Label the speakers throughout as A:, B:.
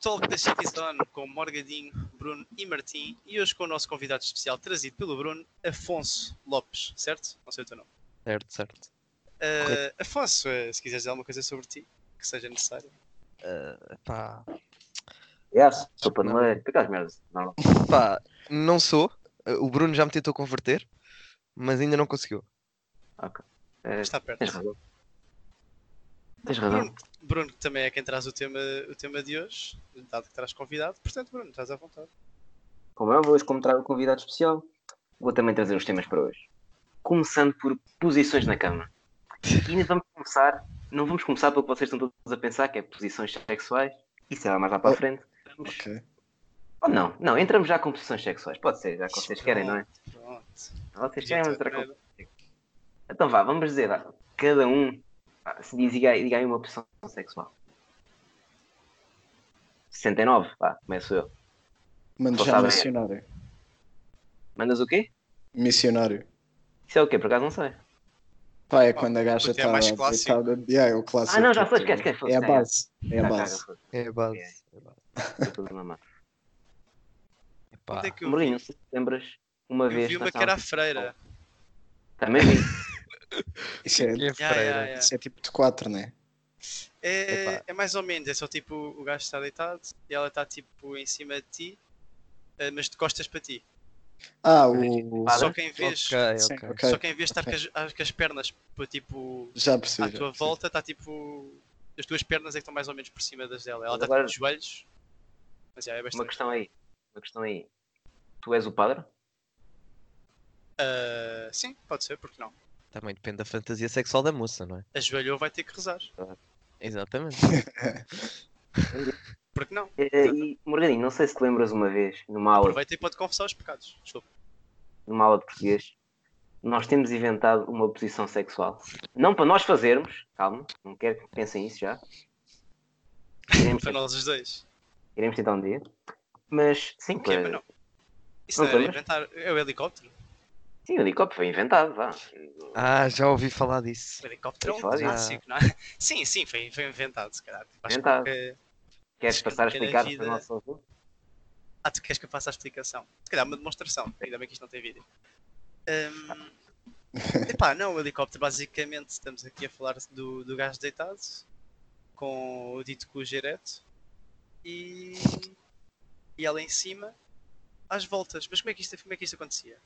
A: Talk da City Zone com Morgadinho, Bruno e Martim e hoje com o nosso convidado especial trazido pelo Bruno, Afonso Lopes, certo? Não sei o teu nome.
B: Certo, certo.
A: Uh,
B: Correto.
A: Afonso, uh, se quiseres dizer alguma coisa sobre ti, que seja necessário.
B: Eh, pá,
C: Yes, sou paneleiro, aquelas é? merdas. Não,
B: pá, não sou. Eh, O Bruno já me tentou converter, mas ainda não conseguiu.
C: é,
A: Está perto.
C: tens razão. Tens razão.
A: Bruno, que também é quem traz o tema, o tema de hoje, dado que traz convidado. Portanto, Bruno, estás à vontade.
C: Como eu vou hoje como trago um convidado especial, vou também trazer os temas para hoje. Começando por posições na cama. E ainda vamos começar, não vamos começar pelo que vocês estão todos a pensar, que é posições sexuais, isso será mais lá para a frente.
D: Ok.
C: Ou não, não, entramos já com posições sexuais, pode ser, já que vocês querem, não é?
A: Pronto.
C: Vocês
A: Já
C: querem
A: estou
C: entrar com
A: a ver.
C: Então vá, vamos dizer, vá, cada um vá, se diz, diga, aí- diga aí uma opção sexual. 69, vá, começo eu.
D: Mano,
C: Só
D: já
C: sabem.
D: missionário.
C: Mandas o quê?
D: Missionário.
C: Isso é o quê? Por acaso não sei.
D: Pá, é
A: Pá,
D: quando a gaja
A: puto, é
D: está
A: mais clássico.
D: deitada. Yeah, é o clássico.
C: Ah, não, já
D: tipo,
C: foi, esquece, esquece, foi,
D: É a
C: tá,
D: base. É a
C: Tá,
D: base.
C: caga,
B: É a base. É a base.
C: foi, foi tudo na mão.
B: Epá,
A: Onde é que eu,
C: Amorim, não sei se te lembras, uma
A: eu
C: vez.
A: vi uma
C: nós
A: que era a
C: estávamos-
A: freira.
C: Também vi.
D: Isso é,
B: que é
A: Yeah,
B: freira?
A: yeah, yeah.
D: isso é tipo de 4, né?
A: É,
B: Epá.
A: é mais ou menos, é só tipo o gajo está deitado e ela está tipo em cima de ti, eh, mas de costas para ti.
D: Ah, o.
C: Vale.
A: Só que em vez,
B: Ok,
D: Sim,
B: ok.
D: ok.
A: só que em vez de estar com as- as, com as pernas para tipo
D: Já percebi.
A: à
D: já
A: tua
D: percebi.
A: volta, está tipo as tuas pernas é que estão mais ou menos por cima das dela. Ela
C: Mas
A: está tipo
C: agora-
A: de joelhos, mas já é
C: Uma
A: bastante.
C: questão aí. Uma questão aí. Tu és o padre?
A: Ah, sim, pode ser, porque não?
B: Também depende da fantasia sexual da moça, não é?
A: Ajoelhou, vai ter que rezar,
B: Exatamente.
A: porque não?
C: Eh, E, Morgadinho, não sei se te lembras uma vez, numa aula
A: Aproveita e pode confessar os pecados. Desculpa.
C: numa aula de português, nós temos inventado uma posição sexual. Não para nós fazermos, calma, não quero que pensem isso já. Iremos,
A: Para nós os dois.
C: iremos tentar um dia. Mas sim,
A: Ok, mas
C: para...
A: não. Isso
C: Não
A: não era
C: lembras?
A: inventar. É o helicóptero.
C: sim, o helicóptero foi inventado, vá.
B: Ah, já ouvi falar disso.
A: O helicóptero é um
C: Foi só, já.
A: clássico, não é? Sim, sim, foi, foi inventado, se calhar. Acho
C: ah. Inventado.
A: que- é
C: Queres passar a
A: Quero
C: explicar
A: vida.
C: para o nosso avô?
A: Ah, tu queres que eu faça a explicação? Se calhar é uma demonstração, ainda bem que isto não tem vídeo. Ahm, Epá, não, o helicóptero, basicamente, estamos aqui a falar do, do gajo deitado, com o dito cujo ereto, e, e ela em cima, às voltas. Mas como é que isto, como é que isto acontecia?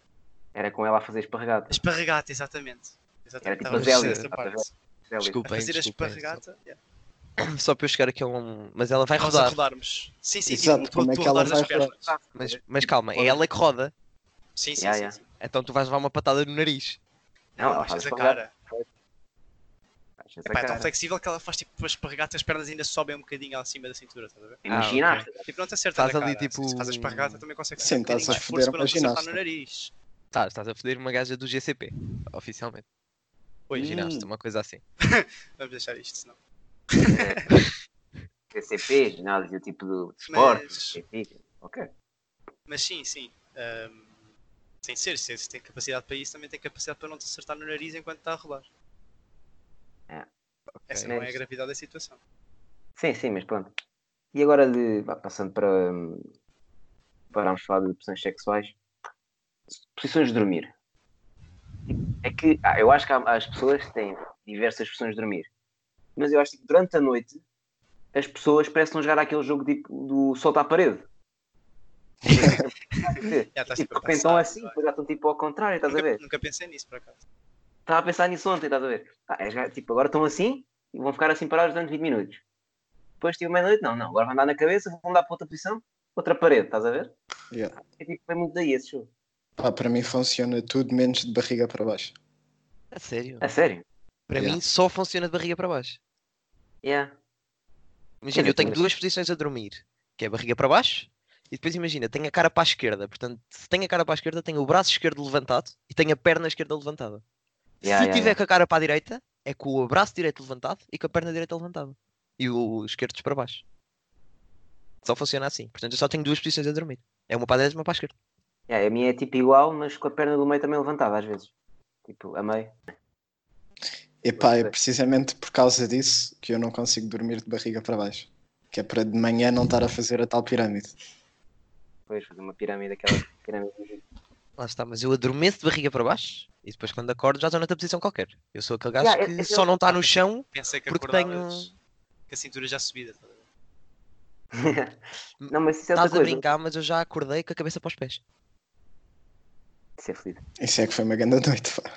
C: Era com ela a fazer esparregata.
A: Esparregata, exatamente. Exatamente,
C: tipo
A: estávamos
B: a
A: a
B: Zélia,
A: essa
C: estás a ver?
A: parte. A
B: Desculpem,
A: fazer a
B: desculpem,
A: esparregata, yeah.
B: só- Só para eu chegar aqui a um. Mas ela vai
A: nós a
B: rodar.
A: rodarmos. Sim, sim,
D: Exato,
A: tipo, tu-
D: como é
A: tu
D: que ela
A: rodares as
D: vai rodar?
A: pernas.
B: Mas, mas calma, é ela que roda.
A: Sim, sim,
C: Yeah,
A: sim,
C: yeah.
A: sim.
B: Então tu vais levar uma patada no nariz.
C: Não, ela faz
A: faz a
C: esparregata.
A: cara.
C: faz
A: É
C: essa
A: pá, é tão
C: cara.
A: flexível que ela faz tipo as esparregata, as pernas ainda sobem um bocadinho acima da cintura, estás a ver?
C: É uma
B: Ah,
C: ginasta.
A: Tipo, não te acerta
B: Faz
A: na
B: ali,
A: cara.
B: tipo,
A: Se faz a esparregata também consegue
D: Sim,
A: fazer um
D: estás a
A: bocadinho de
D: foder
A: esforço para não te
D: uma
A: acertar
D: ginasta.
A: no nariz.
B: Tá, estás a foder uma gaja do GCP, oficialmente.
A: Oi,
B: Hum.
A: ginasta.
B: Ginasta, uma coisa assim.
A: Vamos deixar isto, senão.
C: TCP, ginásio tipo do esporte.
A: Mas-
C: TCP. Ok.
A: Mas sim, sim. ahm, sem ser, se se tem capacidade para isso, também tem capacidade para não te acertar no nariz enquanto está a rolar.
C: É.
A: Essa
B: Ok.
A: não é a gravidade da situação.
C: Sim, sim, mas pronto. E agora de, vá, passando para, hum, para vamos falar de posições sexuais. Posições de dormir. É que ah, eu acho que há- as pessoas têm diversas posições de dormir. Mas eu acho que durante a noite as pessoas parecem jogar aquele jogo tipo do solta à parede.
A: Já estás
C: tipo,
A: tipo a
C: porque então
A: pensar,
D: é
C: assim,
A: vai.
C: depois já estão tipo ao contrário, estás a
A: Nunca,
C: ver?
A: nunca pensei nisso, por acaso.
C: Estava a pensar nisso ontem, estás a ver? Ah, é, já- tipo, agora estão assim e vão ficar assim parados durante 20 minutos. Depois tipo meia-noite, não, não, agora vão dar na cabeça, vão dar para outra posição, outra parede, estás a ver?
D: Yeah.
C: É tipo, foi muito daí esse jogo.
D: Pá, para mim funciona tudo menos de barriga para baixo.
B: A sério.
C: A sério?
B: Para
D: Yeah.
B: mim só funciona de barriga para baixo.
C: Yeah.
B: Imagina,
C: Olha,
B: eu tenho
C: mas-
B: duas posições a dormir, que é a barriga para baixo, e depois imagina, tenho a cara para a esquerda. Portanto, se tenho a cara para a esquerda, tenho o braço esquerdo levantado e tenho a perna esquerda levantada.
C: Yeah,
B: se
C: yeah,
B: tiver
C: yeah.
B: com a cara para a direita, é com o braço direito levantado e com a perna direita levantada. E o esquerdo para baixo. Só funciona assim. Portanto, eu só tenho duas posições a dormir. É uma para a direita e uma para a esquerda.
C: Yeah, a minha é tipo igual, mas com a perna do meio também levantada às vezes. Tipo, a meio.
D: E pá, é
C: Ok. é.
D: precisamente por causa disso que eu não consigo dormir de barriga para baixo. Que é para de manhã não estar a fazer a tal pirâmide.
C: Depois fazer uma pirâmide, aquela pirâmide.
B: Lá está, mas eu adormeço de barriga para baixo e depois quando acordo já estou noutra posição qualquer. Eu sou aquele gajo
C: Yeah,
B: que
C: eu- eu-
B: só não está no chão,
A: Pensei que
B: Porque
A: acordavas com a cintura já subida. tá a ver?
C: não, mas isso
B: Hum.
C: é outra
B: estás a
C: coisa.
B: brincar, mas eu já acordei com a cabeça para os pés.
C: Isso é fodido.
D: Isso é que foi uma grande noite. pá.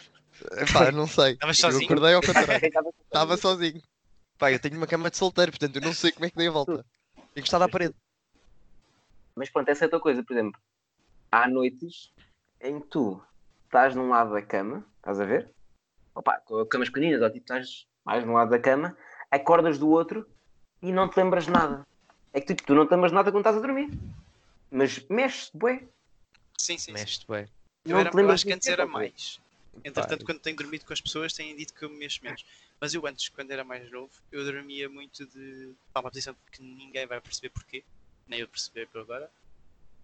B: Pá, não sei.
A: Estavas
B: Eu
A: sozinho?
B: acordei ao contrário. Estava sozinho. Pá, eu tenho uma cama de solteiro, portanto eu não sei como é que dei a volta. Encostado à parede.
C: Mas pronto, essa é outra coisa, por exemplo. Há noites em que tu estás num lado da cama, estás a ver? Opa, com a cama escondida, ou tipo, estás mais num lado da cama, acordas do outro e não te lembras de nada. É que tipo, tu não te lembras de nada quando estás a dormir. Mas mexes-te, bué.
A: Sim, sim. sim.
B: Mestre, bem.
A: Eu,
C: Não
A: era,
C: te
A: eu
C: lembras
A: acho que
C: do
A: antes era
C: tempo, velho.
A: mais. Entretanto, quando tenho dormido com as pessoas, têm dito que eu me mexo menos. Mas eu antes, quando era mais novo, eu dormia muito de. pá, uma posição que ninguém vai perceber porquê, nem eu perceber por agora.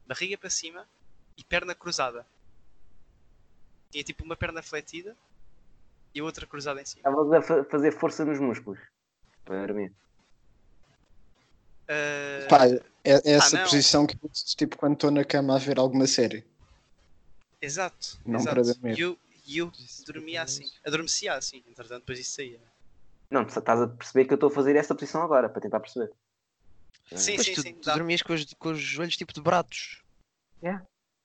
A: Barriga para cima e perna cruzada. Tinha tipo uma perna fletida e a outra cruzada em cima.
C: Estavas a fa- fazer força nos músculos. Para dormir.
A: Ah,
D: Pá, é, é essa
A: não.
D: posição que eu uso tipo quando estou na cama a ver alguma série.
A: exato,
D: não
A: exato.
D: para dormir.
A: E eu, e eu
B: Isso,
A: dormia
B: pelo
A: assim.
B: menos.
A: Adormecia assim, entretanto, depois isso saía.
C: Não, tu só estás a perceber que eu estou a fazer essa posição agora, para tentar perceber.
A: Sim,
B: Mas
A: sim,
B: É. tu,
A: sim.
B: tu
A: dá.
B: dormias com os, com os joelhos tipo dobrados.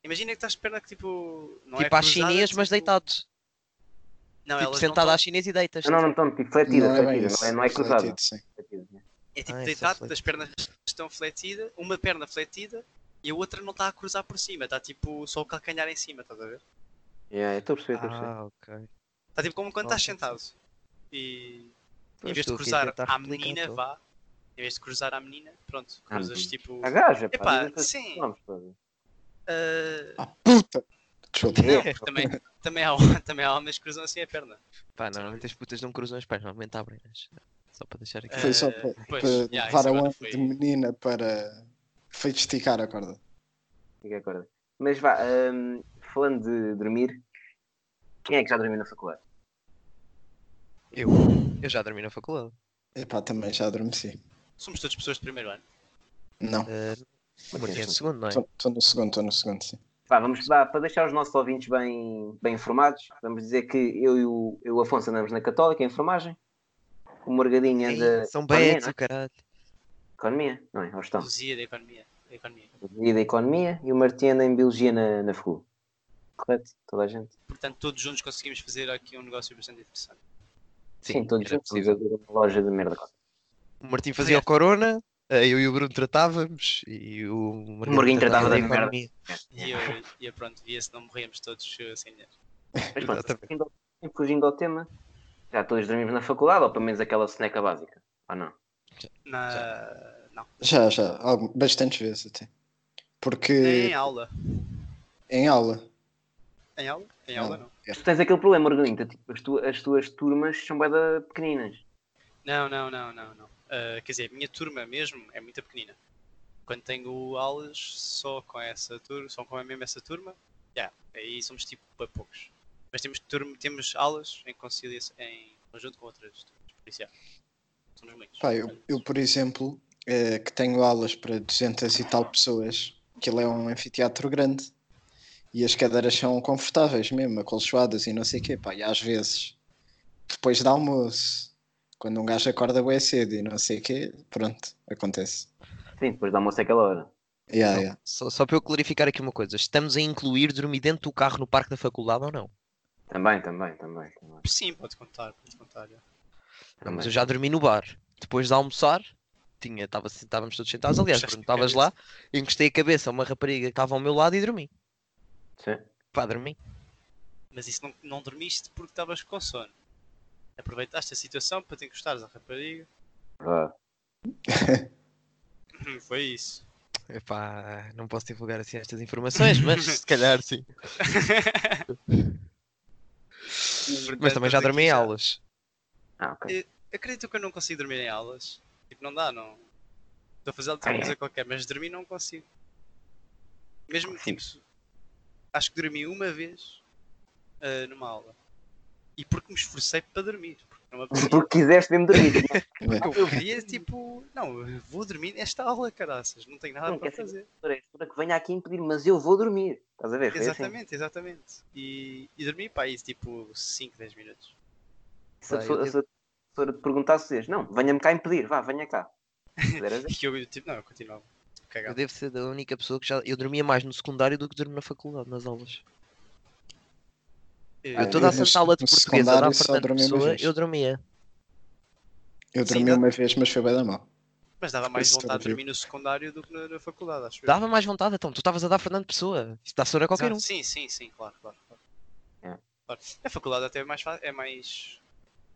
A: Imagina que estás de perna que tipo. Não é
B: tipo às
A: cruzada,
B: chinês, mas
A: tipo-
B: deitado.
A: Não,
B: tipo
A: elas não
B: sentado
A: tão-
B: às chinês e deitas.
C: Não, não, não, então, tipo, fletida,
D: Não é bem
C: fletida,
D: isso.
C: não é, não é cruzada.
D: Refletido, sim.
C: Fletida, né?
A: É tipo
B: Ah, isso é
A: deitado,
B: fletido.
A: as pernas estão fletidas, uma perna fletida e a outra não está a cruzar por cima, está tipo só o calcanhar em cima, estás a ver?
C: Yeah, eu estou a perceber, estou a perceber.
B: Ah, ok.
A: Está tipo como quando estás
B: Ok.
A: sentado. E em vez
B: Pois,
A: de
B: estou aqui a
A: cruzar
B: tentar
A: à
B: replicar,
A: menina,
B: estou.
A: vá. Em vez de cruzar à menina, pronto,
C: Ah,
A: cruzas
C: menina.
A: tipo.
C: A gaja, pá.
A: Epá,
C: às vezes
A: sim.
C: Vamos, fazer.
A: ah,
D: Ah, puta! Desculpa.
A: não,
C: É.
A: também, também, há, também há homens que cruzam assim a perna.
B: Pá, normalmente as putas não cruzam as pernas, normalmente abrem Só para deixar aqui.
A: Ah,
D: Foi só para,
A: pois,
D: para
A: já,
D: levar
A: isso
D: a
A: agora
D: onda
A: foi-
D: de menina para. Foi de esticar a corda.
C: Fica a corda. é Mas vá, hum, falando de dormir, quem é que já dormiu na faculdade?
B: Eu, eu já dormi na faculdade.
D: Epá, também já adormeci.
A: Somos todas pessoas de primeiro ano.
D: Não,
B: Ah, Porque é
C: Martins.
B: segundo, não é?
D: estou no segundo, estou no segundo, sim.
C: Vá, vamos vá, para deixar os nossos ouvintes bem, bem informados, vamos dizer que eu e o, eu, e o Afonso andamos na Católica, em enfermagem. O Morgadinho anda.
B: Ei, São
C: economia,
B: Betos,
C: não é?
B: o caralho.
C: Economia, não é? Ou estão?
A: Luzia da economia. Da economia.
C: E da economia e o Martim anda em biologia na, na FGU. Correto? Toda a gente?
A: Portanto, todos juntos conseguimos fazer aqui um negócio bastante interessante.
C: Sim, todos
B: era
C: juntos.
B: possível.
C: Vamos abrir uma loja de merda.
B: O Martim fazia o Corona, eh, eu e o Bruno tratávamos e o Morgan
C: Morgan tratava da
B: economia.
A: E eu, e eu pronto, via-se não morríamos todos eh, sem dinheiro.
C: Mas pronto,
B: Exatamente.
C: fugindo ao- fugindo ao tema, já todos dormimos na faculdade, ou pelo menos aquela soneca básica, ou não?
A: Na... Não.
D: Já, já, algum, bastantes vezes até. Porque
A: Nem em aula.
D: em aula.
A: Em aula? Em aula não.
C: Tu tens aquele problema, Orgalinho, tu, tipo, as, tu- as tuas turmas são bada pequeninas.
A: Não, não, não, não, não. Ah, quer dizer, a minha turma mesmo é muito pequenina. Quando tenho aulas só com essa turma, só com a mesma essa turma, já, aí somos tipo para poucos. Mas temos, turma, temos aulas em conciliação, em conjunto com outras turmas, por isso já. Somos muitos.
D: Pá, eu, eu, por exemplo, eh, que tenho aulas para 200 e tal pessoas, aquilo é um anfiteatro grande. E as cadeiras são confortáveis mesmo, acolchoadas e não sei o quê, pá. E às vezes, depois de almoço, quando um gajo acorda bué cedo e não sei o quê, pronto, acontece.
C: Sim, depois do almoço é aquela hora.
D: Yeah,
B: Não.
D: yeah.
B: Ah, Só, só para eu clarificar aqui uma coisa, estamos a incluir dormir dentro do carro no parque da faculdade ou não?
C: Também, também, também. também,
A: Sim, pode contar, pode contar. já.
B: Não,
C: também.
A: é.
B: mas eu já dormi no bar. Depois de almoçar, tinha, tava, estávamos todos sentados. Aliás,
A: Puxaste
B: Bruno,
A: a
B: estavas lá,
A: cabeça.
B: encostei a cabeça a uma rapariga que estava ao meu lado e dormi.
C: Sim.
B: Pá, dormi.
A: Mas isso não, não dormiste porque estavas com sono. Aproveitaste a situação para te encostares à rapariga.
C: Verdade.
A: Uhum, Foi isso.
B: Epá, não posso divulgar assim estas informações, mas se calhar sim. Mas
A: Portanto,
B: também já
A: aqui
B: dormi em aulas.
C: Ah, ok.
A: Acredito que eu não consigo dormir em aulas. Tipo, não dá, não. Estou a fazer outra
C: Ah, é?
A: coisa qualquer, mas dormir não consigo. Mesmo
C: Consigo.
A: tipo, se- acho que dormi uma vez ah, numa aula. E porque me esforcei para dormir, porque Não apetecia.
C: Porque quiseste mesmo dormir.
A: O que eu queria, tipo, não, eu vou dormir nesta aula, caraças, não tenho nada
C: Não,
A: para
C: quer saber.
A: fazer.
C: Para que venha aqui impedir, mas eu vou dormir. Estás a ver? Foi assim.
A: Exatamente, exatamente. E, e dormi para aí, tipo, 5, 10 minutos.
C: Se a
B: Sei,
C: pessoa-
B: eu
C: se a professora te perguntasse, dizias, não, venha-me cá impedir, vá, venha cá. Se der a ver.
A: E eu, tipo, não, eu continuava.
B: Eu
A: Cagado.
B: devo ser da única pessoa que já. Eu dormia mais no secundário do que durmo na faculdade, nas aulas.
A: Eh,
B: Eu toda a
D: no
B: santa aula de
D: no
B: português a dar
D: secundário só
B: Fernando
D: dormi uma
B: Pessoa,
D: vez.
B: eu dormia.
D: Eu
A: Sim,
D: dormi
A: não-
D: uma vez, mas foi bem da mal.
A: Mas dava mais
D: Isso
A: vontade de
D: era
A: dormir
B: tipo,
A: no secundário do que na, na faculdade, acho eu.
B: Dava mais vontade, então. Tu estavas a dar Fernando Pessoa. Isso dá sono a qualquer
A: Exato.
B: um.
A: Sim, sim, sim, claro, claro. claro.
C: É.
A: Claro. Na faculdade até é mais, fa- é mais,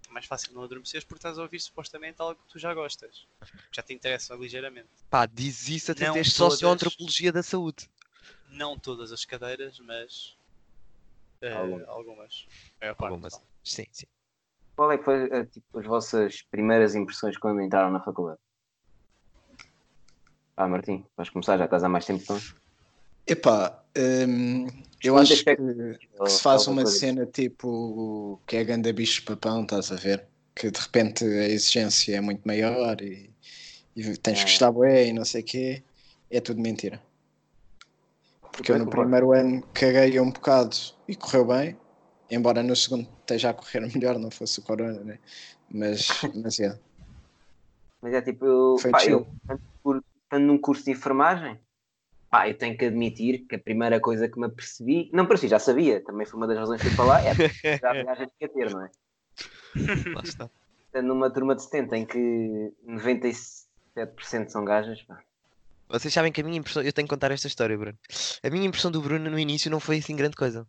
A: é mais fácil não adormeceres porque estás a ouvir supostamente algo que tu já gostas. Que já te interessa ligeiramente.
B: um. Pá, diz isso até
A: Não
B: teres
A: todas.
B: socioantropologia da saúde.
A: Não todas as cadeiras, mas eh,
C: Algumas.
A: algumas. A maior parte,
B: Algumas.
A: não.
B: Sim, sim.
C: Qual é que foi eh, tipo, as vossas primeiras impressões quando entraram na faculdade? Ah, Martim, vais começar, já estás há mais tempo que nós.
D: Epá, hum, eu
C: Quando
D: acho
C: é
D: que,
C: que-
D: que se faz
C: Alguma
D: uma
C: coisa.
D: cena tipo que é ganda bicho papão, estás a ver? Que de repente a exigência é muito maior e, e tens
C: É.
D: que estar bué e não sei o quê. É tudo mentira.
C: tipo
D: Porque eu no
C: Concordo.
D: primeiro ano caguei um bocado e correu bem, embora no segundo esteja a correr melhor, não fosse o corona, né? Mas, mas é.
C: Mas é tipo, eu,
D: Foi
C: pá,
D: chill.
C: eu estando por- estando num curso de enfermagem, pá, eu tenho que admitir que a primeira coisa que me apercebi, não percebi, já sabia, também foi uma das razões que eu fui para lá, é a viagem que ia ter, não é?
B: Lá está.
C: Estando numa turma de 70 em que 97% são gajas, pá.
B: Vocês sabem que a minha impressão. Eu tenho que contar esta história, Bruno. A minha impressão do Bruno no início não foi assim grande coisa.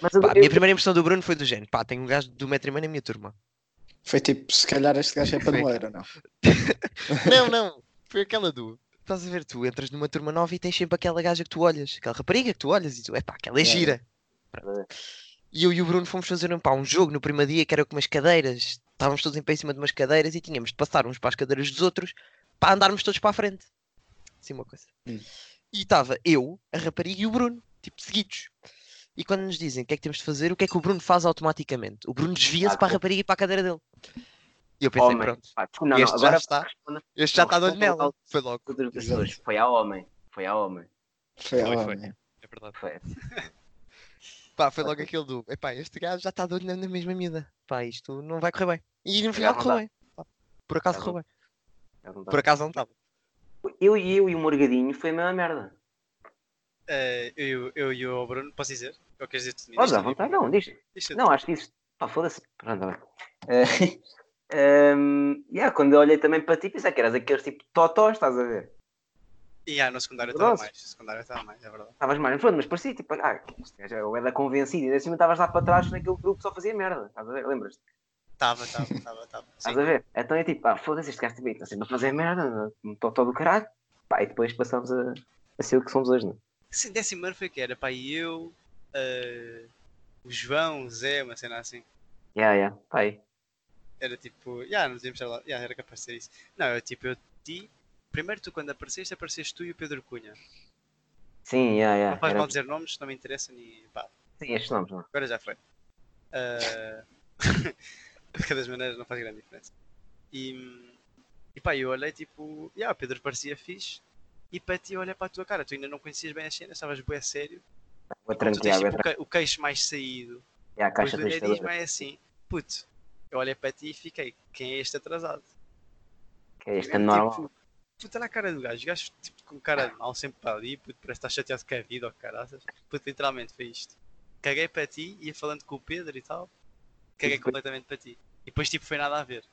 C: Mas eu,
B: Pá, a
C: eu-
B: minha primeira impressão do Bruno foi do género. Pá, tem um gajo do metro e meio na minha turma.
D: Foi tipo, se calhar este gajo é
B: Foi.
D: paneleiro, não?
B: Não, não. Foi aquela do. Estás a ver, tu entras numa turma nova e tens sempre aquela gaja que tu olhas, aquela rapariga que tu olhas e tu, epá, aquela é
D: Yeah,
B: gira. Pronto. E eu e o Bruno fomos fazer um, pá, um jogo no primeiro dia que era com umas cadeiras. Estávamos todos em pé em cima de umas cadeiras e tínhamos de passar uns para as cadeiras dos outros para andarmos todos para a frente. Assim uma coisa.
D: Hum.
B: E estava eu, a rapariga e o Bruno, tipo, seguidos. E quando nos dizem o que é que temos de fazer, o que é que o Bruno faz automaticamente? O Bruno desvia-se para
C: Ah,
B: a
C: claro.
B: rapariga e para a cadeira dele. E eu pensei,
C: homem,
B: pronto,
C: pá, desculpa, não,
B: Este
C: não,
B: já
C: agora
B: está.
C: responda
B: este já
C: não,
B: está de olho
C: responda
B: nela.
C: ao-
B: Foi logo.
C: a outras
D: Exato.
C: pessoas. Foi a homem, foi a homem.
D: Foi,
B: Foi,
D: lá,
B: foi.
D: né?
B: É verdade.
C: Foi.
B: Pá, foi logo aquele do. Epá, este gajo já está de olho na- na mesma miúda. Pá, isto não vai correr bem. E no final
C: não
B: correu
C: dá.
B: bem. Pá, Por acaso
C: Não
B: correu bem.
C: Eu não
B: Por
C: tava-
B: acaso não estava.
C: Tá Eu e eu e o Morgadinho foi a mesma merda.
A: Eh, eu, eu e o Bruno, posso dizer? Ou queres dizer tu?
C: Mas à vontade, não, diz.
A: Deixa
C: Não, acho que isso. Pá, foda-se. Pronto, olha. Eh, um, yeah, quando eu olhei também para ti, pensei que eras aqueles tipo totós, estás a ver?
A: E ah, no secundário estava
C: Verdade.
A: mais. No secundário estava mais, é verdade.
C: Estavas mais, pronto, mas parecia tipo, ah, este gajo é o Eda convencido, e ainda assim estavas lá para trás naquele grupo que só fazia merda, estás a ver? Lembras-te?
A: Estava, estava, estava, estava.
C: Estás a ver? Então é tipo, ah, foda-se, este gajo também está sempre a fazer merda, um totó do caralho. Pá, e depois passamos a, a ser o que somos hoje, não é?
A: Sim, décimo ano foi que era, pá, e eu, eh, o João, o Zé, uma cena assim.
C: Yeah, yeah, pá, aí.
A: Era tipo, já, não devíamos estar lá, já, era capaz de ser isso. Não, eu tipo, eu ti, primeiro tu quando apareceste, apareceste tu e o Pedro Cunha.
C: Sim, yeah,
A: Não
C: yeah.
A: faz
C: Era...
A: mal dizer nomes, não me interessa, nem, pá,
C: Sim, estes nomes, não.
A: agora já foi. Ah, de qualquer das maneiras, não faz grande diferença. E, e pá, eu olhei tipo, já, o Pedro parecia fixe, e para ti, olha para a tua cara, tu ainda não conhecias bem as cenas, estavas bué sério. Como
C: Vou
A: tu tens
C: tranquear,
A: tipo,
C: vou
A: o, que- o queixo mais saído.
C: tranquear a
A: Depois do
C: caixa da
A: nariz
C: estrela.
A: vai assim. Puto, eu olhei para ti e fiquei. Quem é este atrasado?
C: Que é este
A: Mesmo,
C: normal.
A: Tipo, puta na cara do gajo. O gajo tipo, com cara de mal sempre para ali. Puto, parece que está chateado com a vida ou caraças. Puto, literalmente foi isto. Caguei para ti, ia falando com o Pedro e tal. Caguei
C: depois-
A: completamente para ti. E depois tipo foi nada a ver.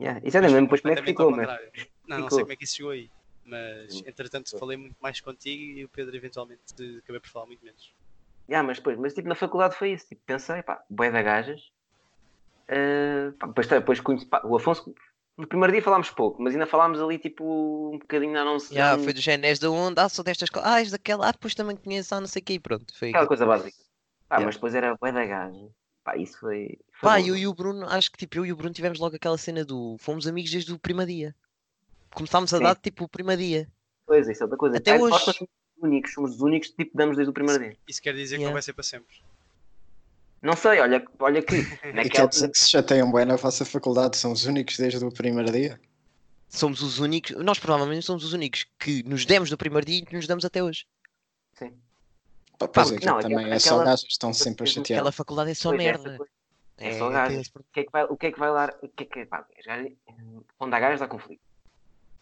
C: Yeah. Isso eu nem lembro depois como é
A: Completamente
C: que ficou,
A: ao
C: mas.
A: contrário. Não, não
C: ficou.
A: sei como é que isso chegou aí. Mas
C: Sim.
A: entretanto falei muito mais contigo e o Pedro eventualmente acabei por falar muito menos.
C: Ya, mas depois, mas tipo, na faculdade foi isso. Tipo, pensei, pá, bué da gajas. Ah, pá, depois, depois conheci, pá, o Afonso, no primeiro dia falámos pouco, mas ainda falámos ali, tipo, um bocadinho na não sei.
B: Já, foi do género, és da onda, ah, sou destas coisas, ah, és daquela, ah, depois também conheço, ah, não sei o quê, e pronto. Foi
C: Aquela
B: aquilo.
C: É coisa básica. Pá,
B: Ya.
C: mas depois era bué da gajas. Pá, isso foi. foi
B: Pá,
C: bom.
B: eu e o Bruno, acho que tipo, eu e o Bruno tivemos logo aquela cena do. Fomos amigos desde o primeiro dia. Começámos a
C: Sim.
B: dar tipo o primeiro dia.
C: Coisa, isso é outra coisa.
B: Até
C: Aí, nós
B: hoje.
C: somos os únicos, somos os únicos que tipo, damos desde o primeiro dia.
A: Isso quer dizer que
B: Yeah.
A: não vai ser para sempre.
C: Não sei, olha, olha É que
D: E quer
C: naquela,
D: dizer que se chateiam bem na vossa faculdade, são os únicos desde o primeiro dia.
B: Somos os únicos, nós provavelmente somos os únicos que nos demos no primeiro dia e que nos damos até hoje.
D: Pá, pois
C: Pá,
D: aquilo
C: não,
D: também
C: aquela-
D: é só
C: aquela-
D: gajos que estão sempre a chatear.
B: Aquela faculdade é só
C: Pois é, essa
B: merda.
C: coisa. é só gajos.
B: tem esse problema.
C: o que é que vai, o que é que vai lá, o que é que pá, os gajos- onde há gajos há conflito.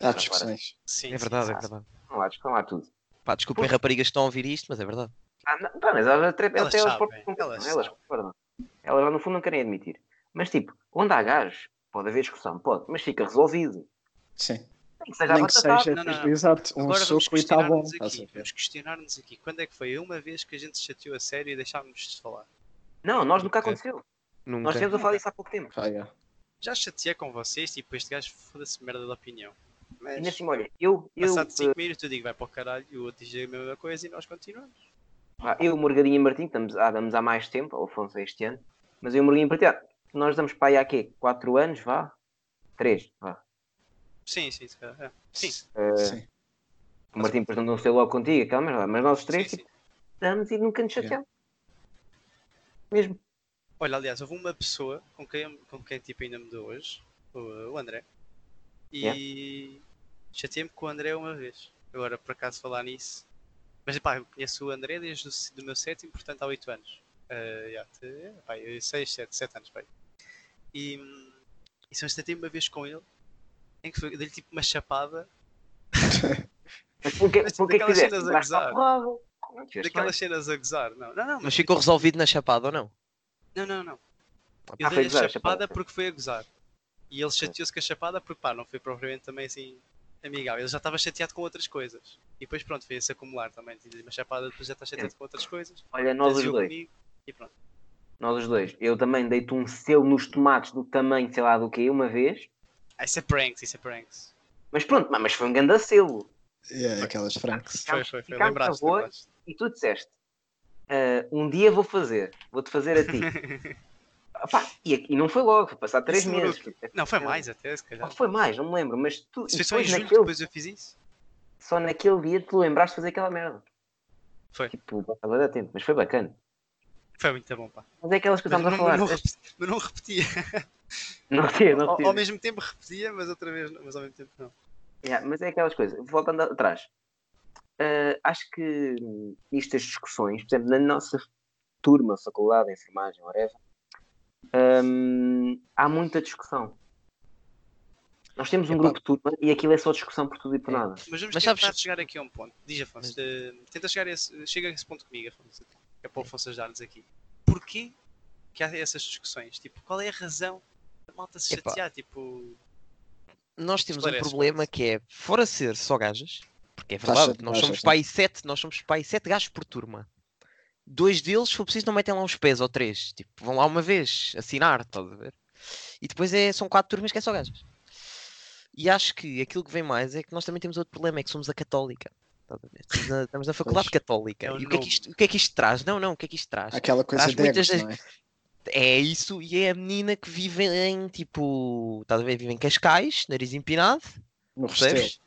D: Há discussões.
A: Sim,
B: É
A: sim,
B: verdade, é
A: sim.
B: verdade.
C: Não há, desculpa lá tudo.
B: Pá, desculpem raparigas que estão a ouvir isto, mas é verdade.
C: Ah, não, pá, mas elas, até,
A: Elas
C: até elas
A: sabem,
C: próprias concordam,
A: elas
C: elas
A: sabem.
C: concordam. Elas no fundo não querem admitir. Mas tipo, onde há gajos, pode haver discussão, pode, mas fica resolvido.
D: Sim.
C: Nem que seja
D: Nem
C: a
D: que
C: batata.
D: seja
A: Não, não, não.
D: exato, um
A: Agora vamos
D: soco e está bom. tá assim.
A: questionar-nos
D: estás a
A: aqui.
D: ver?
A: Vamos questionar-nos aqui. Quando é que foi a uma vez que a gente se chateou a sério e deixámos de falar?
C: Não, nós nunca
B: Ok.
C: aconteceu. Nós
B: Nunca.
C: estivemos a falar disso há pouco tempo.
D: Pá, yeah.
A: Já chateei com vocês, tipo, este gajo foda-se merda da opinião.
C: E
A: Mas,
C: assim, olha, eu, eu, eh,
A: passado 5 minutos, eu digo, vai para o caralho, e o outro diz a mesma coisa e nós continuamos.
C: Ah, eu, Morgadinho e Martim, estamos, ah, damos há mais tempo, ao Afonso é este ano, mas eu e o Morgadinho e Martim, ah, nós damos para aí há quê? 4 anos, vá? 3, vá.
A: Sim, sim, se calhar. é. Sim.
C: Ah,
D: Sim.
C: o Martim, depois não sei logo contigo, aquela merda, mas nós os três
A: Sim,
C: tipo,
A: sim.
C: damos e nunca nos chateamos. Mesmo.
A: Olha, aliás, houve uma pessoa com quem, com quem tipo, ainda me dou hoje, o, o André, e chateei-me com o André uma vez. Agora, por acaso, falar nisso. Mas, pá, eu conheço o André desde o do meu sétimo, portanto, há 8 anos. Ah, já, te- pá, 6, 7, 7 anos, bem. E, hum, e só chateei uma vez com ele, em que foi- dei-lhe tipo uma chapada
C: Mas porquê,
A: Mas
C: porquê que
A: daquelas
C: fizeste?
A: cenas a
C: Mas tá
A: gozar.
C: bravo. Não tiveste
A: daquelas cenas a gozar. Não, não, não,
B: Mas ficou resolvido na chapada ou não?
A: Não, não, não.
C: Ah,
A: Eu
C: foi
A: dei a
C: gozar,
A: chapada,
C: a chapada, sim.
A: porque foi a gozar. E ele chateou-se com a chapada porque, pá, não foi propriamente também assim amigável. Ele já estava chateado com outras coisas. E depois, pronto, veio-se acumular também. Tinha uma chapada, depois já está chateado com outras coisas.
C: mal. Olha, nós os
A: Desviou
C: dois,
A: comigo E pronto.
C: nós os dois. Eu também deito um selo nos tomates do tamanho, sei lá do que, uma vez.
A: Ah, isso é pranks, isso é pranks.
C: Mas pronto, mas foi um grande selo.
D: Yeah, aquelas franks.
A: Foi, foi, foi.
C: Ficámos
A: Lembraste,
C: na boa.
A: lembraste.
C: e tu disseste "Ah, um dia vou fazer, vou-te fazer a ti. Opá, e, e não foi logo, foi passar três
A: Isso demorou
C: meses.
A: Não, foi mais até, se
C: Ou
A: calhar.
C: foi mais, não me lembro, mas tu
A: Se
C: e
A: foi só em
C: depois
A: julho que
C: naquele,
A: depois eu fiz isso.
C: só naquele dia tu lembraste de fazer aquela merda.
A: Foi.
C: Tipo, para valer a tempo, mas foi bacana.
A: Foi muito bom, pá.
C: Mas é aquelas que
A: Mas
C: estamos
A: não,
C: a falar.
A: não rep- mas não repetia.
C: Não sei, não
A: Ao,
C: sei.
A: ao mesmo tempo repetia, mas outra vez não. Mas ao mesmo tempo não.
C: Yeah, mas é aquelas coisas, voltando atrás, Ah, acho que hum, isto, as discussões, por exemplo, na nossa turma, faculdade, enfermagem, whatever, hum, há muita discussão. Nós temos um
B: Epá.
C: grupo de turma e aquilo é só discussão por tudo e por
B: É.
C: nada.
A: Mas vamos
B: Mas
A: tentar
B: sabes-
A: chegar aqui a um ponto. Diz, Afonso.
B: Mas-
A: eh, tenta chegar a esse, chega a esse ponto comigo, Afonso. É para o Afonso ajudar-nos aqui. Porquê que há essas discussões? Tipo, qual é a razão da malta se
B: Epá.
A: chatear? Tipo,
B: Nós temos um
A: Esclarece,
B: problema que é, fora ser só gajas, porque é
D: Faz
B: verdade,
D: sete
B: nós
D: gajas,
B: somos
D: sim.
B: para aí sete, nós somos para aí sete gajos por turma. Dois deles, se for preciso, não metem lá uns pés ou três. Tipo, vão lá uma vez assinar, estás a ver? E depois é, são quatro turmas que é só gajas. E acho que aquilo que vem mais é que nós também temos outro problema, é que somos a católica. Estás a ver? Estamos na, estamos na faculdade católica.
A: É o
B: e o que, é que
A: nome.
B: isto, o que é que isto traz? Não, não, o que é que isto traz?
D: Aquela coisa
B: Traz
D: de
B: muitas
D: egos,
B: das-
D: não é?
B: É isso, e é a menina que vive em tipo. Estás a ver? Vive em Cascais, nariz empinado,
D: é? No restelo.
B: percebes?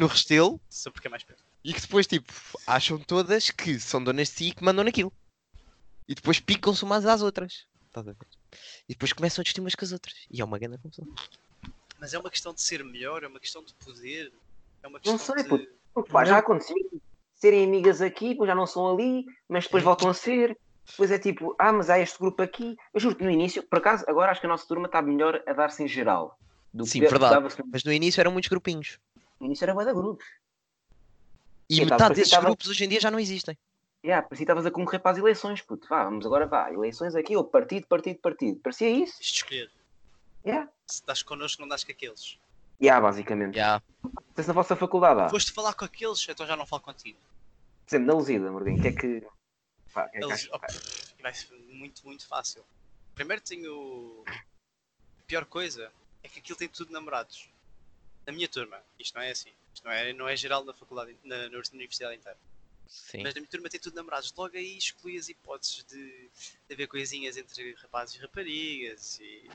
B: No Restelo,
A: só porque é mais perto.
B: e que depois, tipo, acham todas que são donas de si e que mandam naquilo. E depois picam-se umas às outras. Estás a ver? E depois começam a discutir umas com as outras. E é uma grande confusão.
A: Mas é uma questão de ser melhor, é uma questão de poder. É uma
C: Não
A: questão
C: sei,
A: de...
C: puto. Porque,
A: é?
C: pá, já aconteceu serem amigas aqui, depois já não são ali, mas depois voltam a ser. Depois é tipo, ah, mas há este grupo aqui. Eu juro-te, no início, por acaso, agora acho que a nossa turma está melhor a dar-se em geral. Do
B: Sim,
C: que
B: verdade.
C: dava-se No
B: Mas no início eram muitos grupinhos.
C: no início era bué de grupo.
B: E
C: Sim, tá,
B: metade
C: porque
B: desses
C: tava-
B: grupos hoje em dia já não existem.
C: Yeah, parecia que estavas a concorrer para as eleições, puto. Vá, vamos agora, vá, eleições aqui, ou partido, partido, partido. Parecia isso?
A: Tens de escolher.
C: Yeah.
A: Se estás connosco, não dás com aqueles.
C: Yeah, basicamente.
B: Já.
C: Tens na vossa faculdade, há. Por
A: Foste falar com aqueles, então já não falo contigo.
C: exemplo, na Lusida, Morgan, o que é que. Pá, o que é que
A: Eles-
C: achas?
A: oh, pff, vai ser muito, muito fácil. Primeiro tenho. A pior coisa é que aquilo tem tudo namorados. Na minha turma, isto não é assim. Isto não é, não é geral na faculdade, na, na universidade inteira.
B: Sim.
A: Mas na minha turma tem tudo namorados. Logo aí excluí as hipóteses de, de haver coisinhas entre rapazes e raparigas e,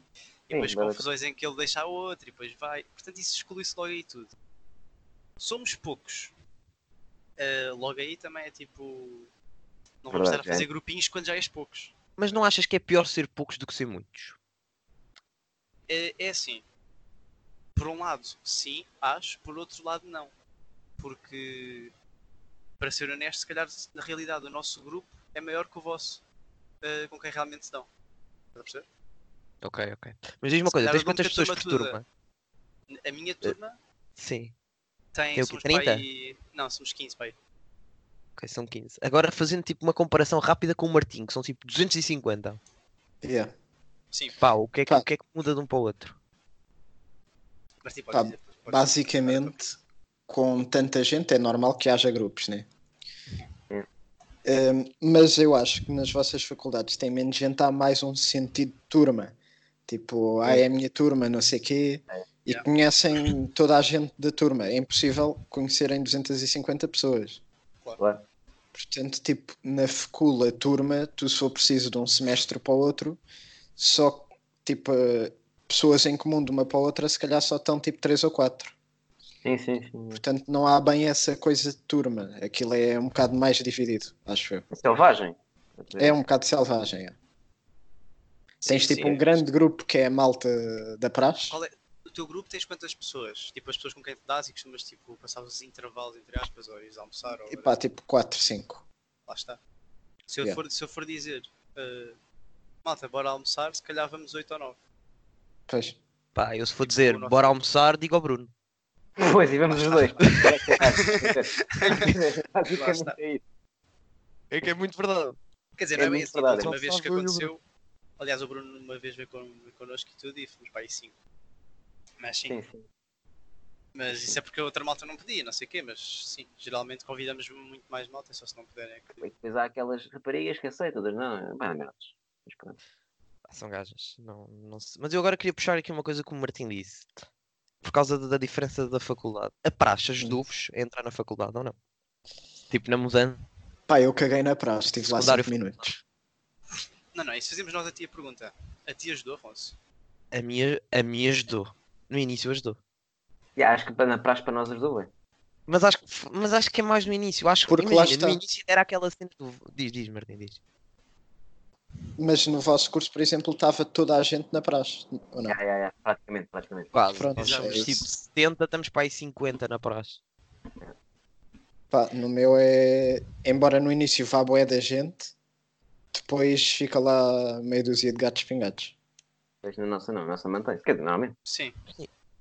A: e depois
C: mas- é
A: confusões em que ele deixa a outra e depois vai. Portanto, isso exclui-se logo aí tudo. Somos poucos. Ah, logo aí também é tipo. Não vamos
C: Verdade,
A: estar a fazer grupinhos quando já és poucos.
B: Mas não achas que é pior ser poucos do que ser muitos?
A: É, é assim. Por um lado, sim, acho. Por outro lado, não. Porque, para ser honesto, se calhar, na realidade, o nosso grupo é maior que o vosso. eh, com quem realmente se dão. Estás a perceber?
B: Ok, ok. Mas diz-me uma
A: Se
B: coisa,
A: calhar
B: tens
A: eu nunca
B: quantas pessoas por
A: tive uma
B: turma?
A: A minha turma
B: Sim,
A: tem.
B: tem o quê,
A: somos
B: 30?
A: para aí- Não, somos 15 para aí.
B: ok, são 15. Agora fazendo tipo uma comparação rápida com o Martim, que são tipo 250.
D: Yeah.
A: Sim,
B: Pá, o que é que,
D: Pá.
B: o que, é que muda de um para o outro?
A: mas tipo,
D: Pá,
A: pode dizer, pode dizer.
D: Basicamente, com tanta gente é normal que haja grupos, né?
C: Hum.
D: Hum, mas eu acho que nas vossas faculdades tem menos gente, há mais um sentido de turma. Tipo, ah, é a minha turma, não sei quê. E
A: Yeah.
D: conhecem toda a gente da turma. É impossível conhecerem 250 pessoas.
C: Claro.
D: Portanto, tipo, na fecula turma, tu se for preciso de um semestre para o outro, só tipo eh, pessoas em comum de uma para a outra, se calhar só estão tipo três ou quatro.
C: Sim, sim, sim.
D: Portanto, não há bem essa coisa de turma. Aquilo é um bocado mais dividido, acho eu.
C: Selvagem.
D: É um bocado selvagem. é. Tens
A: Sim,
D: tipo
A: sim.
D: um grande grupo que é a malta da praxe.
A: Qual é- O teu grupo tens quantas pessoas? Tipo, as pessoas com quem te dás e costumas tipo, passar os intervalos, entre aspas, ou ires almoçar, ou
D: E pá, tipo 4, 5.
A: lá está. Se eu,
D: Yeah.
A: for, se eu for dizer, eh, malta, bora almoçar, se calhar vamos 8 ou 9.
D: Pois.
B: Pá, eu se for
A: Tipo,
B: dizer,
A: o nosso-
B: bora almoçar, digo ao Bruno.
C: Pois, e vamos os dois. Basicamente é isso.
B: É que é muito verdade.
A: Quer dizer,
C: É
A: não é bem
C: muito
A: assim,
C: verdade,
A: a
B: é.
A: última vez
B: Só
A: que
B: eu e o
A: aconteceu, aliás, o Bruno uma vez veio con- connosco e tudo, e fomos para aí 5. Mas sim,
C: Sim, sim.
A: mas isso é porque a outra malta não podia, não sei o quê, mas sim, geralmente convidamos muito mais malta, só se não puderem. É que...
C: E depois há aquelas raparigas que aceitam, outras não. é Bem, merdas. Mas pronto.
B: Ah, São gajas. Não, não se- Mas eu agora queria puxar aqui uma coisa que o Martim disse. Por causa da- da diferença da faculdade. A praxe ajudou-vos
D: Hum.
B: a entrar na faculdade ou não? Tipo, na mudança.
D: Pá, eu caguei na praxe, estive lá
B: Secundário
D: 5 minutos.
A: Não, não, isso fazemos nós a ti a pergunta. A ti ajudou, Afonso?
B: A minha, a minha ajudou. No início ajudou.
C: E acho que na praxe para nós ajudou bem.
B: Mas acho, que f- mas acho que é mais no início. Acho
D: Porque
B: que
D: lá
B: imagina, no
D: está.
B: início era aquela cena do. Diz, diz, Martim, diz.
D: Mas no vosso curso, por exemplo, estava toda a gente na praxe, ou não?
C: Já, já, já. Praticamente, praticamente.
B: Quase.
D: Pronto,
B: Nós
A: é
B: somos
D: isso.
B: tipo 70, estamos para aí 50 na praxe.
D: Pá, no meu é. Embora no início vá boé da gente, depois fica lá meia dúzia de gatos pingados.
C: Mas na nossa não, na nossa mantém. Quer dizer, normalmente.
A: Sim.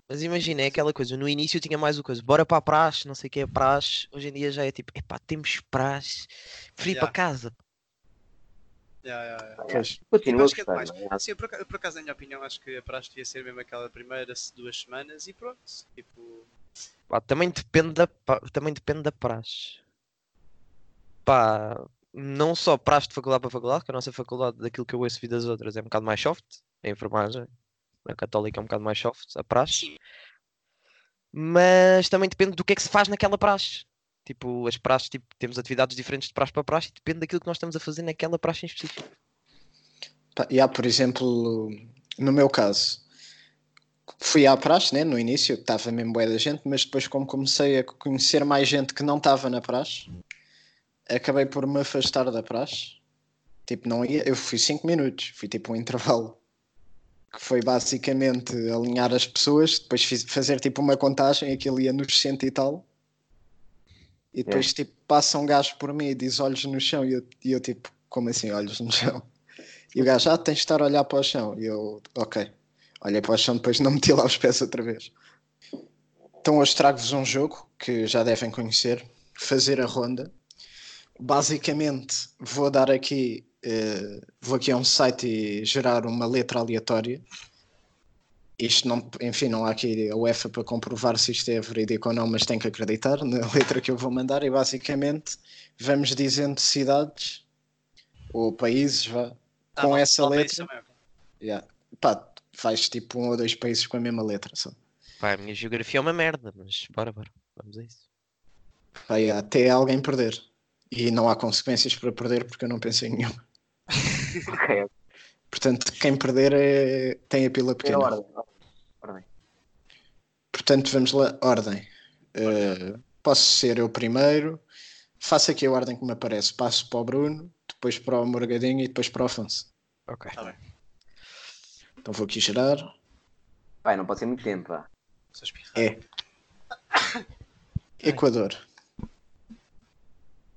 B: Mas imagina, é aquela coisa, no início tinha mais o coisa, bora para a praxe, não sei o que é praxe, hoje em dia já é tipo, epá, temos praxe, prefiro ir
A: Yeah.
B: para casa.
A: Yeah, yeah, yeah.
D: Pois.
C: Continua a
A: acho que é
C: gostar.
A: demais.
C: não é?
A: Sim, eu por, aca- por acaso, na minha opinião, acho que a praxe devia ser mesmo aquela primeira se- duas semanas e pronto. Tipo,
B: Pá, também depende da, pa- também depende da praxe. Pá, não só praxe de faculdade para faculdade, que a nossa faculdade, daquilo que eu ouço vi das outras, é um bocado mais soft, a enfermagem, a católica é um bocado mais soft, a praxe.
A: Sim.
B: Mas também depende do que é que se faz naquela praxe. Tipo, as praxes, tipo, temos atividades diferentes de praxe para praxe e depende daquilo que nós estamos a fazer naquela praxe em específico.
D: Pá, e há, por exemplo, no meu caso, fui à praxe, né, no início, que estava mesmo boé da gente, mas depois, como comecei a conhecer mais gente que não estava na praxe, acabei por me afastar da praxe. Tipo, não ia, eu fui 5 minutos, fui tipo um intervalo. Que foi basicamente alinhar as pessoas, depois fiz- fazer tipo uma contagem, aquilo ia nos cento e tal. E depois, tipo, passa um gajo por mim e diz olhos no chão, e eu, e eu tipo, como assim, olhos no chão? E o gajo, ah, tens de estar a olhar para o chão. E eu, ok. Olhei para o chão, depois não meti lá os pés outra vez. Então hoje trago-vos um jogo que já devem conhecer, fazer a ronda. Basicamente, vou dar aqui, eh, vou aqui a um site e gerar uma letra aleatória. Isto não, enfim, não há aqui a UEFA para comprovar se isto é verídico ou não, mas tem que acreditar na letra que eu vou mandar e basicamente vamos dizendo cidades ou países, vá,
A: ah,
D: com
A: mal-
D: essa
A: mal para
D: letra.
A: isso também, ok.
D: Yeah. Pá, faz tipo um ou dois países com a mesma letra só.
B: Pá, a minha geografia é uma merda, mas bora, bora, vamos a isso.
D: Pá, yeah, até alguém perder. E não há consequências para perder porque eu não pensei em nenhuma.
C: Ok,
D: Portanto, quem perder é- tem a pila
C: primeira
D: pequena.
C: ordem. Ordem.
D: Portanto, vamos lá, ordem. Eh, Uh, posso ser eu primeiro. Faço aqui a ordem que me aparece. Passo para o Bruno, depois para o Morgadinho e depois para o Afonso.
B: Ok.
A: Tá bem.
D: Então vou aqui gerar.
C: Vai, não pode ser muito tempo, vá.
A: Sou espirrado.
D: É. Equador.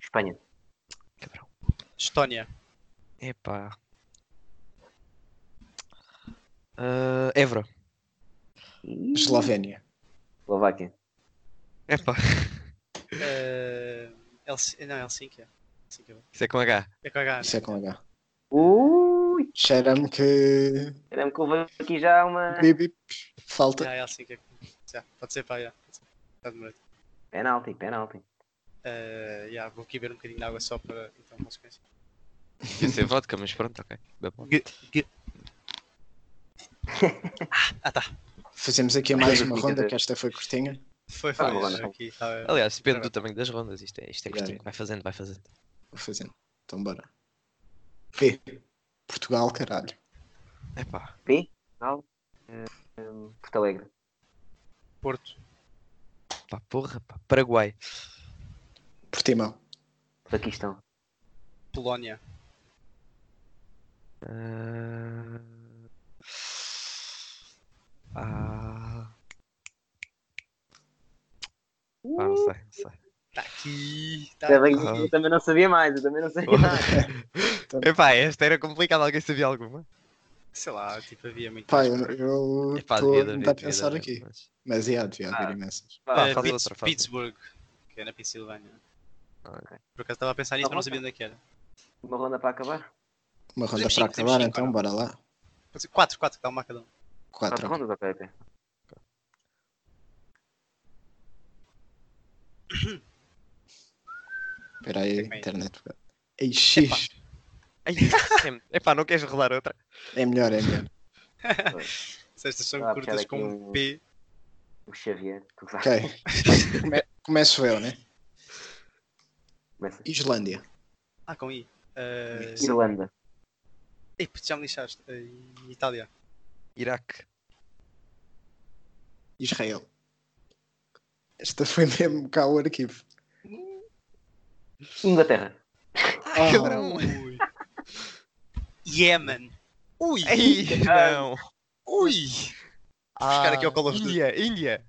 C: Espanha.
B: Cabrão.
A: Estónia.
B: Epá. Ah, Évora.
C: Ih,
D: Eslovénia.
C: Eslováquia.
B: Epá.
A: Eh, Helsi- Não, Helsinki. Helsinki é bom.
B: Isso é com H.
A: É com H.
D: Isso é com H.
C: Ui,
D: Cheira-me que.
C: caramba, que houve aqui já uma.
D: Bip, bip. Falta.
A: Já, Ah, é Helsinki. Já, pode ser para já. Pode ser. Está demorado.
C: Penalti, penalti.
A: Eh, já, vou aqui ver um bocadinho de água só para então consequência.
B: Ia ser vodka, mas pronto, ok. Dá bom.
A: Ah, tá.
D: Fazemos aqui mais
C: Sim,
D: uma
C: sim,
D: ronda,
C: sim.
D: que esta foi curtinha.
A: Foi, foi.
C: Ah, bom, não.
A: aqui, tá,
B: Aliás, depende do tamanho das rondas. Isto é, isto é
D: Obrigado.
B: costume. Vai fazendo, vai fazendo.
D: Vou fazendo. Então bora. P. Portugal, caralho.
B: Epá.
C: Portugal. eh, eh, Porto Alegre.
A: Porto.
B: Pá, porra, pá. Paraguai.
D: Portimão.
C: Paquistão.
A: Polónia.
B: Ah. Ah. Pá, não sei, não sei.
A: Está aqui. Tá...
C: Ainda bem que
B: Ah.
C: eu também não sabia mais, eu também não sabia
B: Porra.
C: mais.
B: Epá, esta era complicada, alguém sabia alguma?
A: Sei lá, tipo, havia muito.
D: Pá,
A: mais
D: eu
A: para-
D: eu
B: Epá,
D: estou a
B: haver,
D: tentar
B: devia
D: pensar
B: haver,
D: aqui.
B: mas-
D: Mas ia, devia haver
C: Ah.
D: imensas.
C: Vá,
B: Pá,
A: Eh,
B: faz
A: Pitts-
B: outra, faz
A: Pittsburgh, que é na Pensilvânia.
B: Ah, ok.
A: Por acaso estava a pensar nisso, mas não sabia onde é que era.
C: Uma ronda para acabar?
D: Uma ronda
A: Temos
D: para
A: cinco, temos
D: acabar,
A: cinco,
D: então
A: não?
D: bora lá.
A: Pode ser Quatro, quatro, dá uma a cada um.
C: Quatro
D: Quatro.
C: rondas, ok, ok.
D: Espera aí,
A: Bem.
D: internet. Ei, X.
B: Ai, é- Epá, não queres rolar outra?
D: É melhor, é melhor.
A: Se estas são
C: Ah, puxar
A: curtas
C: aqui
A: com
C: um-
A: um P.
C: O Xavier. Tu vai.
D: Ok. Come- Começo eu, né?
C: Começa.
D: Islândia.
A: Ah, com I. Eh,
C: Irlanda.
A: Ei, putz, já me lixaste. Eh, Itália.
B: Iraque.
D: Israel. Esta foi mesmo cá o arquivo.
C: Inglaterra.
D: Ah,
B: cabrão.
A: Ui. Yemen. Ui.
B: Ei,
C: Ai.
B: não.
A: Ui. buscar
D: Ah,
A: aqui ao Call of Duty.
B: Índia, Índia.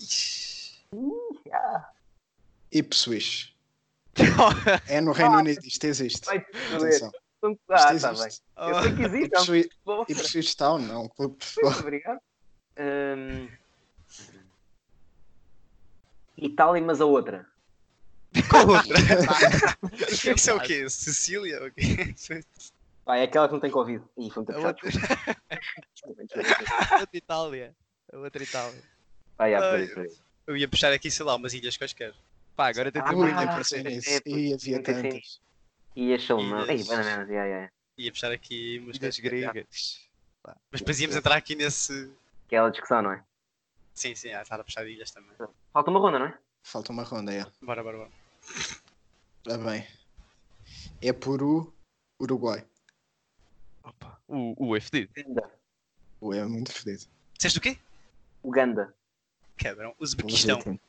A: Ixi.
D: Ipswich. É no Reino Unido, isto existe.
C: Vai
D: Atenção.
C: Ah,
D: Isto é
C: tá bem.
D: existe.
C: Eu
A: Oh.
C: sei que existe, é um
D: Ipswich,
C: bom.
D: Ipswich Town, não, um clube de
C: Muito
D: futebol.
C: obrigado. Hum. Itália, mas a outra.
A: Qual outra? Isso é o quê? Sicília? O quê?
C: Pá, é aquela que não tem Covid. Ih, foi muito
B: A
C: puxado,
B: outra-
C: desculpa, desculpa.
B: a outra Itália. A outra Itália.
C: Pá, já,
A: Ai,
C: peraí, peraí.
A: Eu ia puxar aqui, sei lá, umas ilhas quaisquer.
B: Pá, agora
C: Ah,
B: tenta
D: Ui,
B: muito.
D: nem
C: ah,
D: pensei nisso.
C: é,
D: E havia
C: não pensei
D: tantas.
C: E a Xalmã. Ei,
A: Ilhas.
C: bananas, já, já.
A: Ia puxar aqui umas
B: Ilhas
A: quaisquer.
B: gregas.
A: Mas depois íamos entrar aqui nesse.
C: Aquela discussão, não é?
A: Sim, sim, ah, estava a puxar ilhas também.
C: Falta uma ronda, não é?
D: Falta uma ronda, é.
A: Bora, bora, bora.
D: Está bem. É Peru, Uruguai. ah,
B: Opa, o, o é fedido.
C: Uganda.
D: Ui, É muito fedido.
A: Disseste o quê?
C: Uganda.
A: Quebram. Uzbequistão.
D: Legítimo.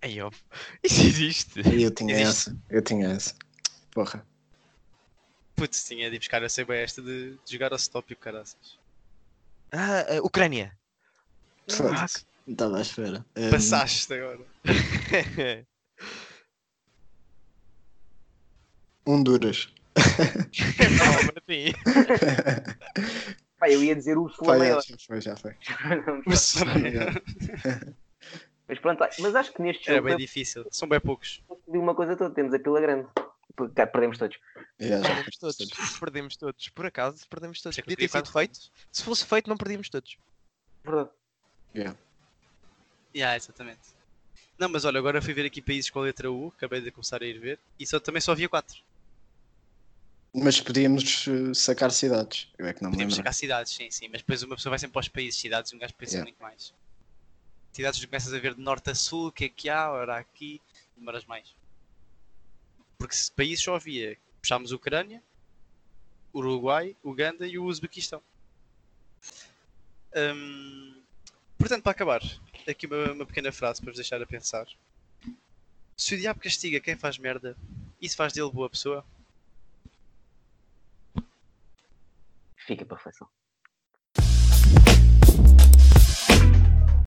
B: Ei, ó. Isso existe.
D: E é. Eu tinha
A: Existe.
D: essa. Eu tinha essa. Porra.
A: Putz, tinha de ir buscar a CB esta de, de jogar ao stop e o caraças.
B: Ah, a Ucrânia.
D: Foda-se. Não estava à espera. Um,
B: Uhum.
A: Passaste agora.
D: um Honduras.
B: Não, Martim.
C: Pá, eu ia dizer o
D: Pá, é,
C: Flamengo.
D: já foi, já foi.
A: Mas,
C: Mas pronto, lá. mas acho que neste
A: era
B: um
C: jogo
A: bem
C: eu
A: difícil. São bem poucos.
C: percebi uma coisa toda. Temos a pila grande. Porque, Cá, perdemos todos.
D: Já, já
B: Perdemos todos. Perdemos todos. Por acaso, perdemos todos.
A: Já
B: Podia
A: curti
B: ter sido
A: é quatro
B: feito. Se fosse feito, não perdíamos todos.
C: Verdade.
A: Yeah, exatamente. Não, mas olha, agora fui ver aqui países com a letra U, acabei de começar a ir ver, e só, também só havia quatro.
D: Mas podíamos eh, sacar cidades. Eu é que não me
A: Podíamos
D: lembro.
A: chegar a cidades, sim, sim, mas depois uma pessoa vai sempre para os países, cidades, um gajo pensa
D: Yeah.
A: muito mais. Cidades tu começas a ver de norte a sul, o que é que há, ora aqui, demoras mais. Porque se países só havia, puxámos Ucrânia, Uruguai, Uganda e o Uzbequistão. Hum, portanto, para acabar, aqui uma, uma pequena frase para vos deixar a pensar. Se o diabo castiga quem faz merda, isso faz dele boa pessoa?
C: Fica para reflexão.